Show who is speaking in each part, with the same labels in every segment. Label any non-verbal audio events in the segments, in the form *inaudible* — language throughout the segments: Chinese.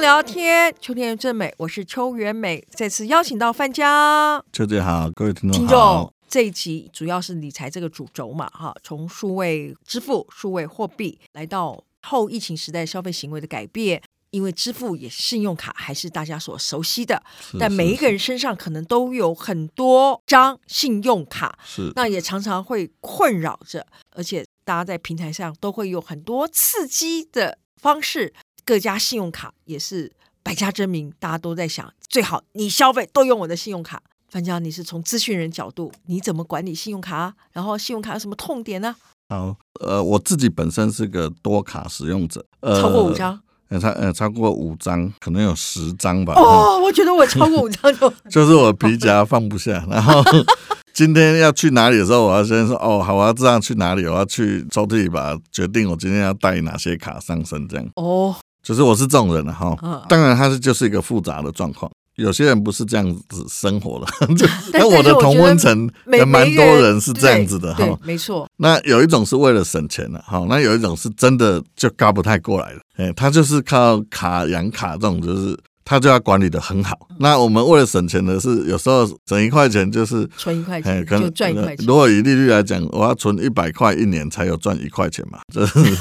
Speaker 1: 聊天，秋天正美，我是秋元美，再次邀请到范江
Speaker 2: 秋姐好，各位听众
Speaker 1: 听
Speaker 2: 好
Speaker 1: 众。。这一集主要是理财这个主轴嘛，哈，从数位支付、数位货币，来到后疫情时代消费行为的改变，因为支付也信用卡还是大家所熟悉的，
Speaker 2: 是
Speaker 1: 但每一个人身上可能都有很多张信用卡，
Speaker 2: 是
Speaker 1: 那也常常会困扰着，而且大家在平台上都会有很多刺激的方式，各家信用卡也是百家争鸣，大家都在想，最好你消费都用我的信用卡。范江，你是从资讯人角度，你怎么管理信用卡啊？然后信用卡有什么痛点呢？
Speaker 2: 好。呃，我自己本身是个多卡使用者，呃，
Speaker 1: 超过五
Speaker 2: *laughs*
Speaker 1: 张？
Speaker 2: 呃，超呃超过五张，可能有十张吧。
Speaker 1: 哦，我觉得我超过五张就
Speaker 2: *laughs* 就是我皮夹放不下， *laughs*
Speaker 1: *laughs*
Speaker 2: 然后今天要去哪里的时候，我要先说哦，好，我要这样去哪里，我要去抽屉里把决定我今天要带哪些卡上身，这样
Speaker 1: 哦，
Speaker 2: 就是我是这种人了啊哈
Speaker 1: 嗯。
Speaker 2: 当然，它是就是一个复杂的状况。有些人不是这样子生活的， *laughs* 就
Speaker 1: 但是
Speaker 2: 我的
Speaker 1: 我觉
Speaker 2: 同
Speaker 1: 得
Speaker 2: 温层
Speaker 1: 每
Speaker 2: 也蛮
Speaker 1: 每一个
Speaker 2: 多人是这样子的
Speaker 1: 对，对
Speaker 2: 哈。
Speaker 1: 没错，
Speaker 2: 那有一种是为了省钱的，好，那有一种是真的就嘎不太过来了，哎，他就是靠卡养卡这种，就是他就要管理的很好。
Speaker 1: 嗯
Speaker 2: 那我们为了省钱的是，有时候省一块钱就是。
Speaker 1: 存一块
Speaker 2: 哎，
Speaker 1: 钱
Speaker 2: 可
Speaker 1: 就
Speaker 2: 能
Speaker 1: 赚一块钱
Speaker 2: 如，果以利率来讲，我要存一百块，一年才有赚一块钱嘛。 *laughs* 这是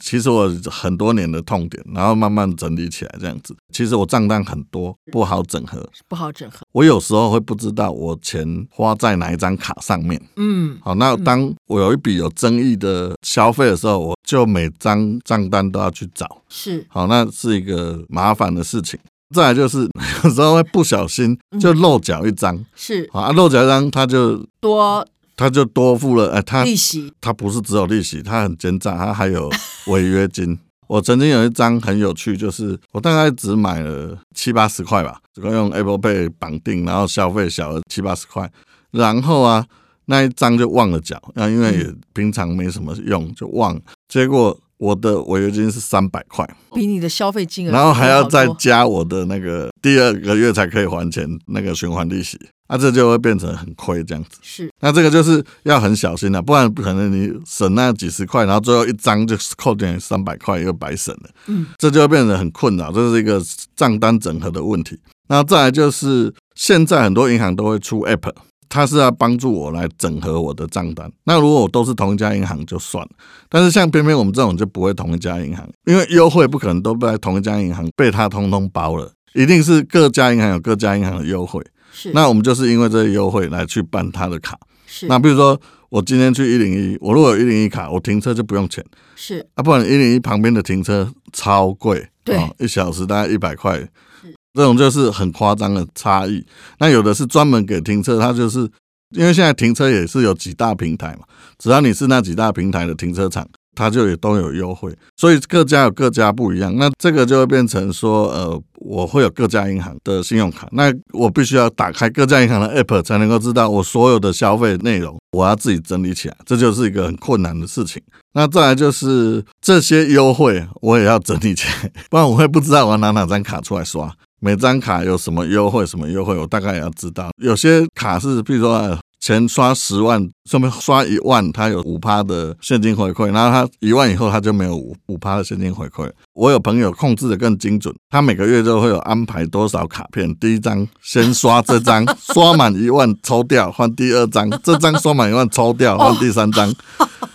Speaker 2: 其实我很多年的痛点，然后慢慢整理起来这样子。其实我账单很多，不好整合。
Speaker 1: 不好整合。
Speaker 2: 我有时候会不知道我钱花在哪一张卡上面。
Speaker 1: 嗯，
Speaker 2: 好，那当我有一笔有争议的消费的时候，我就每张账单都要去找。
Speaker 1: 是
Speaker 2: 好，那是一个麻烦的事情。再来就是 *laughs* 有时候会不小心就漏缴一张，
Speaker 1: 是
Speaker 2: 好啊，漏缴一张他就
Speaker 1: 多
Speaker 2: 他就多付了，哎，他
Speaker 1: 利息
Speaker 2: 他不是只有利息，他很奸诈，他
Speaker 1: *laughs*
Speaker 2: 还有违约金。我曾经有一张很有趣，就是我大概只买了七八十块吧，只用 Apple Pay 绑定，然后消费小额七八十块，然后啊那一张就忘了缴，那因为也平常没什么用，就忘了。结果我的违约金是三百块，
Speaker 1: 比你的消费金额
Speaker 2: 然后还要
Speaker 1: 多
Speaker 2: 再
Speaker 1: 好多
Speaker 2: 加我的那个第二个月才可以还钱那个循环利息，啊，这就会变成很亏这样子。
Speaker 1: 是
Speaker 2: 那这个就是要很小心了、啊不然可能你省那几十块，然后最后一张就扣掉三百块，又白省了。
Speaker 1: 嗯，
Speaker 2: 这就会变得很困扰，这是一个账单整合的问题。那再来就是现在很多银行都会出 App，它是要帮助我来整合我的账单。那如果我都是同一家银行就算了，但是像偏偏我们这种就不会同一家银行，因为优惠不可能都被同一家银行被它通通包了，一定是各家银行有各家银行的优惠。
Speaker 1: 是
Speaker 2: 那我们就是因为这些优惠来去办它的卡。
Speaker 1: 是
Speaker 2: 那比如说，我今天去一零一，我如果有一零一卡，我停车就不用钱
Speaker 1: 是
Speaker 2: 啊，不然一零一旁边的停车超贵，
Speaker 1: 对
Speaker 2: 哦一小时大概一百块，这种就是很夸张的差异。那有的是专门给停车，它就是因为现在停车也是有几大平台嘛，只要你是那几大平台的停车场，它就也都有优惠，所以各家有各家不一样。那这个就会变成说，呃，我会有各家银行的信用卡，那我必须要打开各家银行的 app 才能够知道我所有的消费内容，我要自己整理起来，这就是一个很困难的事情。那再来就是这些优惠，我也要整理起来，不然我会不知道我要拿哪张卡出来刷。每张卡有什么优惠，什么优惠，我大概也要知道。有些卡是，比如说呃钱刷十万，上面刷一万，它有五趴的现金回馈，然后它一万以后它就没有五五趴的现金回馈。我有朋友控制的更精准，他每个月都会有安排多少卡片，第一张先刷这张，刷满一万抽掉换第二张，这张刷满一万抽掉换第三张。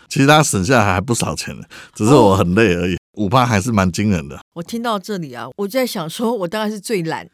Speaker 2: 其实他省下来还不少钱的，只是我很累而已。五趴还是蛮惊人的。
Speaker 1: 我听到这里啊，我在想说，我当然是最
Speaker 2: *laughs*
Speaker 1: 懒。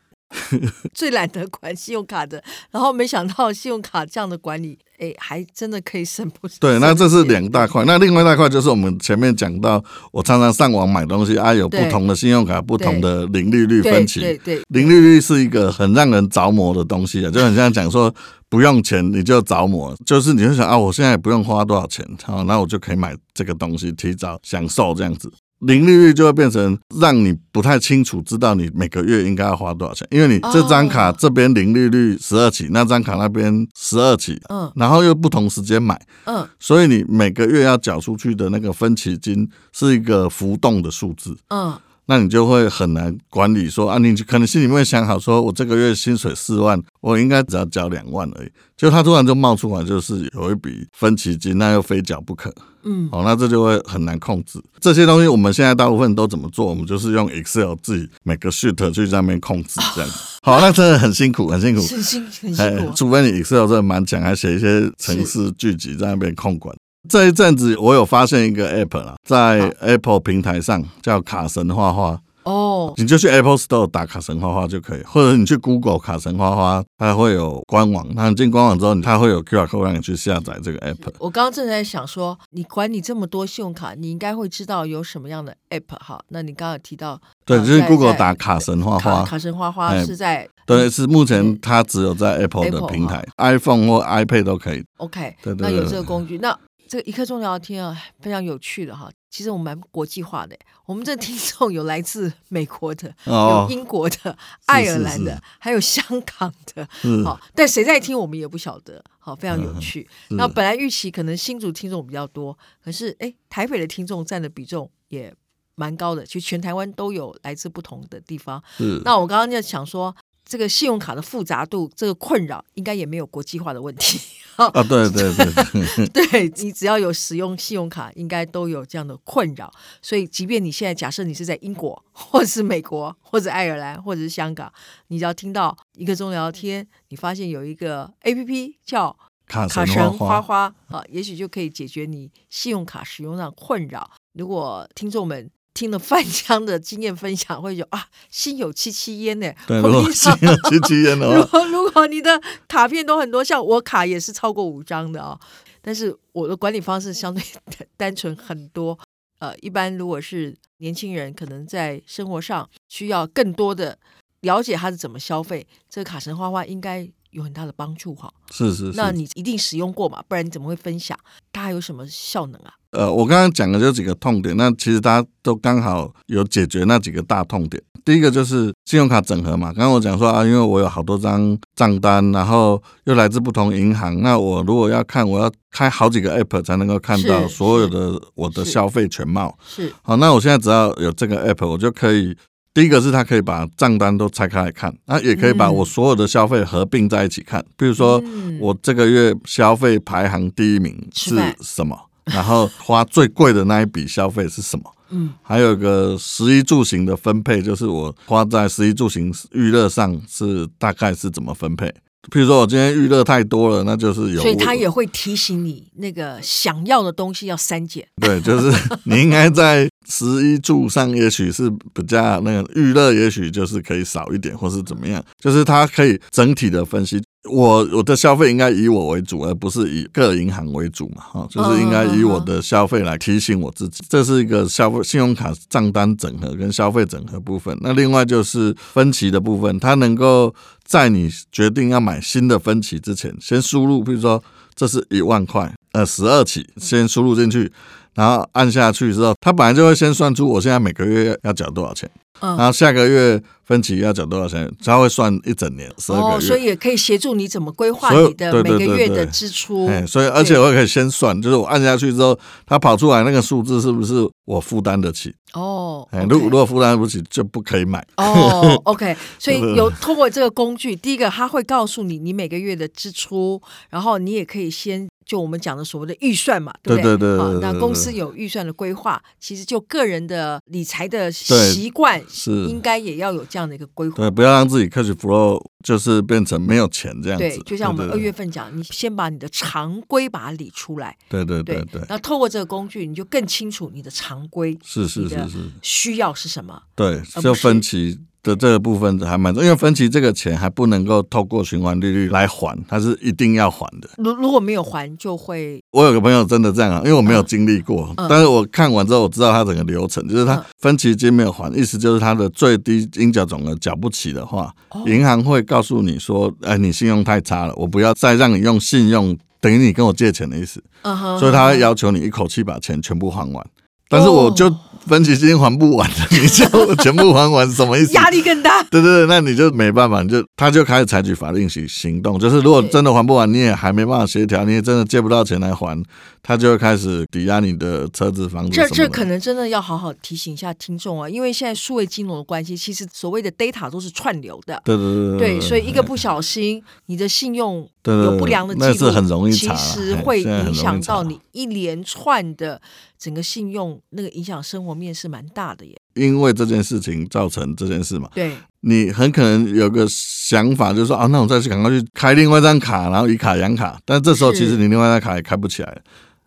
Speaker 1: 最懒得管信用卡的，然后没想到信用卡这样的管理，哎，还真的可以 *laughs* 省不少。
Speaker 2: 对，那这是
Speaker 1: 省钱嗯
Speaker 2: 两大块。那另外一大块就是我们前面讲到，我常常上网买东西啊，有不
Speaker 1: 对
Speaker 2: 同的信用卡、不同的零利率
Speaker 1: 对
Speaker 2: 分
Speaker 1: 对
Speaker 2: 歧。
Speaker 1: 对，
Speaker 2: 零利率是一个很让人着魔的东西啊，就很像讲说不用钱你就着魔，就是你会想啊，我现在也不用花多少钱，好，那我就可以买这个东西，提早享受这样子。零利率就会变成让你不太清楚知道你每个月应该要花多少钱，因为你这张卡
Speaker 1: 哦
Speaker 2: 这边零利率十二起，那张卡那边十二起，
Speaker 1: 嗯
Speaker 2: 然后又不同时间买，
Speaker 1: 嗯
Speaker 2: 所以你每个月要缴出去的那个分期金是一个浮动的数字。
Speaker 1: 嗯，
Speaker 2: 那你就会很难管理说啊，你可能心里面想好说，我这个月薪水四万，我应该只要缴两万而已。就他突然就冒出来，就是有一笔分期金，那又非缴不可。
Speaker 1: 嗯，
Speaker 2: 哦，那这就会很难控制这些东西。我们现在大部分都怎么做？我们就是用 Excel 自己每个 sheet 去上面控制
Speaker 1: *laughs*
Speaker 2: 这样子。好，那真的很辛苦，很辛苦。
Speaker 1: 是辛很
Speaker 2: 哎
Speaker 1: 辛苦啊，
Speaker 2: 除非你 Excel 真的蛮强，还写一些城市聚集在那边控管。这一阵子我有发现一个 App 啦，在
Speaker 1: 啊
Speaker 2: Apple 平台上叫卡神画画，
Speaker 1: 哦，
Speaker 2: 你就去 Apple Store 打卡神画画就可以，或者你去 Google 卡神画画，它会有官网。那你进官网之后，它会有 QR code 让你去下载这个 App。
Speaker 1: 我刚刚正在想说，你管你这么多信用卡，你应该会知道有什么样的 app 哈。那你刚刚有提到
Speaker 2: 对，
Speaker 1: 呃
Speaker 2: 就是
Speaker 1: 在
Speaker 2: Google
Speaker 1: 在
Speaker 2: 打卡神画
Speaker 1: 卡
Speaker 2: 画，
Speaker 1: 卡神花花
Speaker 2: 哎
Speaker 1: 是在
Speaker 2: 对，是目前它只有在 Apple 的
Speaker 1: Apple，哦
Speaker 2: 平台，iPhone 或 iPad 都可以。
Speaker 1: OK，
Speaker 2: 对对
Speaker 1: 那有
Speaker 2: 对
Speaker 1: 这个工具，那这个一刻钟聊天啊，非常有趣的哈。其实我们蛮国际化的，我们这
Speaker 2: *laughs*
Speaker 1: 听众有来自美国的，
Speaker 2: 哦
Speaker 1: 有，英国的、爱尔兰的，
Speaker 2: 是
Speaker 1: 还有香港的，
Speaker 2: 是
Speaker 1: 好，但谁在听我们也不晓得，好，非常
Speaker 2: *laughs*
Speaker 1: 有趣。
Speaker 2: 是
Speaker 1: 那本来预期可能新竹听众比较多，可是哎，台北的听众占的比重也蛮高的，其实全台湾都有来自不同的地方。
Speaker 2: 是，
Speaker 1: 那我刚刚就想说，这个信用卡的复杂度，这个困扰应该也没有国际化的问题。
Speaker 2: 啊，对对对
Speaker 1: *laughs*
Speaker 2: 对。
Speaker 1: 对你只要有使用信用卡，应该都有这样的困扰。所以，即便你现在假设你是在英国，或者是美国，或者爱尔兰，或者是香港，你只要听到一个钟聊天，你发现有一个 A P P 叫
Speaker 2: 卡
Speaker 1: 卡
Speaker 2: 神
Speaker 1: 神花
Speaker 2: 花
Speaker 1: 花啊，也许就可以解决你信用卡使用上的困扰。如果听众们听了 *laughs* 范江的经验分享，会觉得啊，心有戚戚焉呢。
Speaker 2: *laughs* 对，
Speaker 1: 我
Speaker 2: 如果
Speaker 1: 平
Speaker 2: 是
Speaker 1: 常
Speaker 2: 要去吸
Speaker 1: *laughs*
Speaker 2: 烟的
Speaker 1: 如
Speaker 2: 话，
Speaker 1: 果如果你的卡片都很多，像我卡也是超过五张的哦，但是我的管理方式相对 *laughs* 单单纯很多。呃，一般如果是年轻人，可能在生活上需要更多的了解他是怎么消费，这个卡神花花应该有很大的帮助哈。
Speaker 2: 是是
Speaker 1: 那
Speaker 2: 是。
Speaker 1: 你一定使用过嘛？不然你怎么会分享？它有什么效能啊？
Speaker 2: 呃，我刚刚讲的就几个痛点，那其实大家都刚好有解决那几个大痛点。第一个就是信用卡整合嘛，刚刚我讲说啊，因为我有好多张账单，然后又来自不同银行，那我如果要看，我要开好几个 app 才能够看到
Speaker 1: 是
Speaker 2: 所有的我的
Speaker 1: 是
Speaker 2: 消费全貌。
Speaker 1: 是
Speaker 2: 好，那我现在只要有这个 app，我就可以。第一个是它可以把账单都拆开来看，那也可以把
Speaker 1: 嗯
Speaker 2: 我所有的消费合并在一起看。比如说，
Speaker 1: 嗯
Speaker 2: 我这个月消费排行第一名
Speaker 1: 吃
Speaker 2: 是
Speaker 1: 饭
Speaker 2: 什么？然后花最贵的那一笔消费是什么？
Speaker 1: 嗯，
Speaker 2: 还有个食衣住行的分配，就是我花在食衣住行娱乐上是大概是怎么分配？譬如说我今天娱乐太多了，那就是有
Speaker 1: 所以它也会提醒你那个想要的东西要删减。
Speaker 2: 对，就是你应该在食衣住上，也许是比较那个娱乐，也许就是可以少一点，或是怎么样，就是它可以整体的分析。我我的消费应该以我为主，而不是以各银行为主嘛，哈、就是应该以我的消费来提醒我自己。这是一个消费信用卡账单整合跟消费整合部分。那另外就是分期的部分，它能够在你决定要买新的分期之前，先输入，比如说这是一万块，呃，十二期，先输入进去，然后按下去之后，它本来就会先算出我现在每个月要缴多少钱，
Speaker 1: 嗯
Speaker 2: 然后下个月分期要缴多少钱，它会算一整年十二个月。
Speaker 1: 哦，所以也可以协助你怎么规划
Speaker 2: 所以
Speaker 1: 你的
Speaker 2: 对
Speaker 1: 每
Speaker 2: 对
Speaker 1: 个
Speaker 2: 对
Speaker 1: 月的
Speaker 2: 对
Speaker 1: 支出。
Speaker 2: 哎，所以而且我可以先算，就是我按下去之后，它跑出来那个数字是不是我负担得起？
Speaker 1: 哦，
Speaker 2: 哎，
Speaker 1: OK
Speaker 2: 如果如果负担不起就不可以买。 *laughs*
Speaker 1: 哦，OK，所以有通过这个工具，第一个它会告诉你你每个月的支出，然后你也可以先就我们讲的所谓的预算嘛，不对？
Speaker 2: 对对对
Speaker 1: 好
Speaker 2: 对对
Speaker 1: 那
Speaker 2: 对
Speaker 1: 公
Speaker 2: 对
Speaker 1: 司有预算的规划，其实就个人的理财的
Speaker 2: 对
Speaker 1: 习惯，
Speaker 2: 是
Speaker 1: 应该也要有这样的一个规划。
Speaker 2: 对，不要让自己 cash flow 就是变成没有钱这样子。
Speaker 1: 对，就像我们
Speaker 2: 对
Speaker 1: 二月，份讲，你先把你的常规把它理出来，
Speaker 2: 对对
Speaker 1: 对
Speaker 2: 对对，对
Speaker 1: 那透过这个工具，你就更清楚你的常规
Speaker 2: 是是是是，
Speaker 1: 需要是什么。
Speaker 2: 对，
Speaker 1: 而
Speaker 2: 就
Speaker 1: 不是
Speaker 2: 分期的这个部分还蛮重要，因为分期这个钱还不能够透过循环利率来还，它是一定要还的。
Speaker 1: 如如果没有还，就会
Speaker 2: 我有个朋友真的这样啊，因为我没有经历过，
Speaker 1: 嗯
Speaker 2: 但是我看完之后我知道他整个流程，就是他
Speaker 1: 嗯
Speaker 2: 分期金没有还，意思就是他的最低应缴总额缴不起的话，
Speaker 1: 哦
Speaker 2: 银行会告诉你说，哎，你信用太差了，我不要再让你用信用，等于你跟我借钱的意思，
Speaker 1: 嗯哦哼，
Speaker 2: 所以他会
Speaker 1: 嗯哼
Speaker 2: 要求你一口气把钱全部还完。但是我就分期金还不
Speaker 1: *laughs*
Speaker 2: 完，你叫我全部还完，什么意思？
Speaker 1: 压力更大。
Speaker 2: 对对对，那你就没办法，你就他就开始采取法律行行动，就是如果真的还不完，你也还没办法协调，你也真的借不到钱来还，他就会开始抵押你的车子、房子什
Speaker 1: 这
Speaker 2: 么的
Speaker 1: 这可能真的要好好提醒一下听众啊，因为现在数位金融的关系，其实所谓的 data 都是串流的，
Speaker 2: 对对对
Speaker 1: 对，所以一个
Speaker 2: 嘿
Speaker 1: 不小心，你的信用
Speaker 2: 对对
Speaker 1: 有
Speaker 2: 对
Speaker 1: 不良的记录，
Speaker 2: 那是很容易查
Speaker 1: 其
Speaker 2: 啦
Speaker 1: 实
Speaker 2: 嘿
Speaker 1: 会
Speaker 2: 现在
Speaker 1: 影
Speaker 2: 很容易
Speaker 1: 响
Speaker 2: 查
Speaker 1: 到你一连串的整个信用，那个影响生活面是蛮大的耶。
Speaker 2: 因为这件事情造成这件事嘛， *laughs*
Speaker 1: 对，
Speaker 2: 你很可能有个想法，就是说啊，那我再去赶快去开另外一张卡，然后以卡养卡。但这时候
Speaker 1: 是
Speaker 2: 其实你另外一张卡也开不起来了，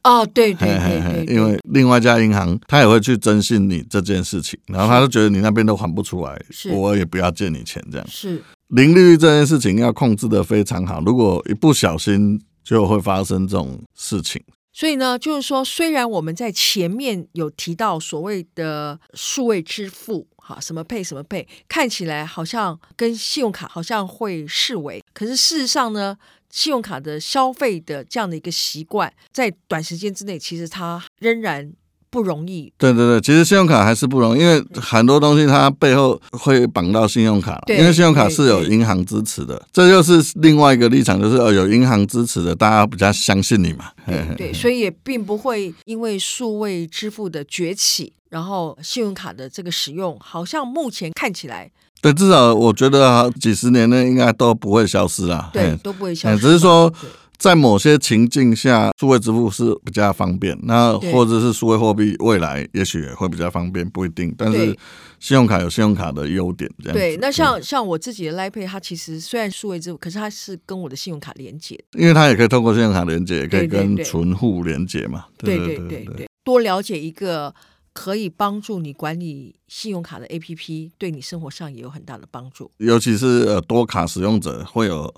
Speaker 1: 哦，对对
Speaker 2: 嘿嘿
Speaker 1: 对对
Speaker 2: 嘿
Speaker 1: 对，
Speaker 2: 因为另外一家银行他也会去征信你这件事情，然后他就觉得你那边都还不出来
Speaker 1: 是，
Speaker 2: 我也不要借你钱这样。
Speaker 1: 是
Speaker 2: 零利率这件事情要控制的非常好，如果一不小心就会发生这种事情。
Speaker 1: 所以呢，就是说，虽然我们在前面有提到所谓的数位支付，哈，什么配什么配，看起来好像跟信用卡好像会视为，可是事实上呢，信用卡的消费的这样的一个习惯，在短时间之内，其实它仍然不容易。
Speaker 2: 对对对，其实信用卡还是不容易，因为很多东西它背后会绑到信用卡，
Speaker 1: 对
Speaker 2: 因为信用卡是有
Speaker 1: 对
Speaker 2: 银行支持的，这就是另外一个立场，就是呃有银行支持的，大家比较相信你嘛。嘿嘿
Speaker 1: 对，所以也并不会因为数位支付的崛起，然后信用卡的这个使用，好像目前看起来，
Speaker 2: 对，至少我觉得啊几十年内应该都不会消失啊。
Speaker 1: 对，
Speaker 2: 嘿
Speaker 1: 都不会消
Speaker 2: 哎，
Speaker 1: 失。
Speaker 2: 只是说
Speaker 1: 对
Speaker 2: 在某些情境下，数位支付是比较方便，那
Speaker 1: 对
Speaker 2: 或者是数位货币未来也许也会比较方便，不一定。但是
Speaker 1: 对
Speaker 2: 信用卡有信用卡的优点，这样子
Speaker 1: 对，那像像我自己的 Line Pay，它其实虽然数位支付，可是它是跟我的信用卡连接的。
Speaker 2: 因为它也可以透过信用卡连接，也可以
Speaker 1: 对对
Speaker 2: 跟
Speaker 1: 对
Speaker 2: 存户连接嘛。
Speaker 1: 对
Speaker 2: 对
Speaker 1: 对
Speaker 2: 对
Speaker 1: 对，多了解一个可以帮助你管理信用卡的 APP，对你生活上也有很大的帮助。
Speaker 2: 尤其是呃多卡使用者会有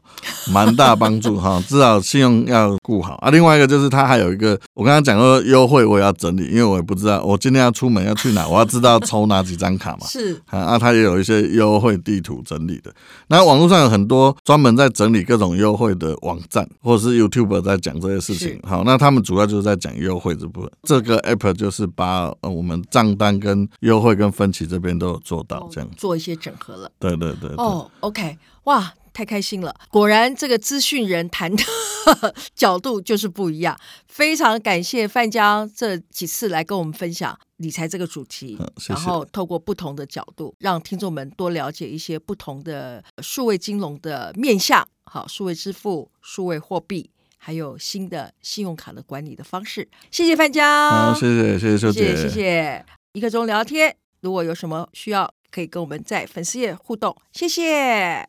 Speaker 2: 蛮大帮
Speaker 1: *laughs*
Speaker 2: 助哈，至少信用要顾好啊。另外一个就是它还有一个，我刚刚讲过优惠，我也要整理，因为我也不知道我今天要出门要去哪，我要知道抽哪几张卡嘛。
Speaker 1: 是，
Speaker 2: 啊，啊，它也有一些优惠地图整理的。那网络上有很多专门在整理各种优惠的网站，或者是 YouTube 在讲这些事情
Speaker 1: 是。
Speaker 2: 好，那他们主要就是在讲优惠这部分。这个 App 就是把、呃、我们账单跟优惠跟分歧这边都有做到，这样。
Speaker 1: 做一些整合了。
Speaker 2: 对对对对。
Speaker 1: 哦，OK，哇，太开心了！果然这个资讯人谈的 *laughs* 角度就是不一样。非常感谢范江这几次来跟我们分享理财这个主题，
Speaker 2: 嗯谢谢
Speaker 1: 然后透过不同的角度，让听众们多了解一些不同的呃数位金融的面向，好，数位支付、数位货币。还有新的信用卡的管理的方式，谢谢范江，
Speaker 2: 好，谢谢谢谢秀姐，
Speaker 1: 谢谢谢，一刻钟聊天，如果有什么需要，可以跟我们在粉丝页互动，谢谢。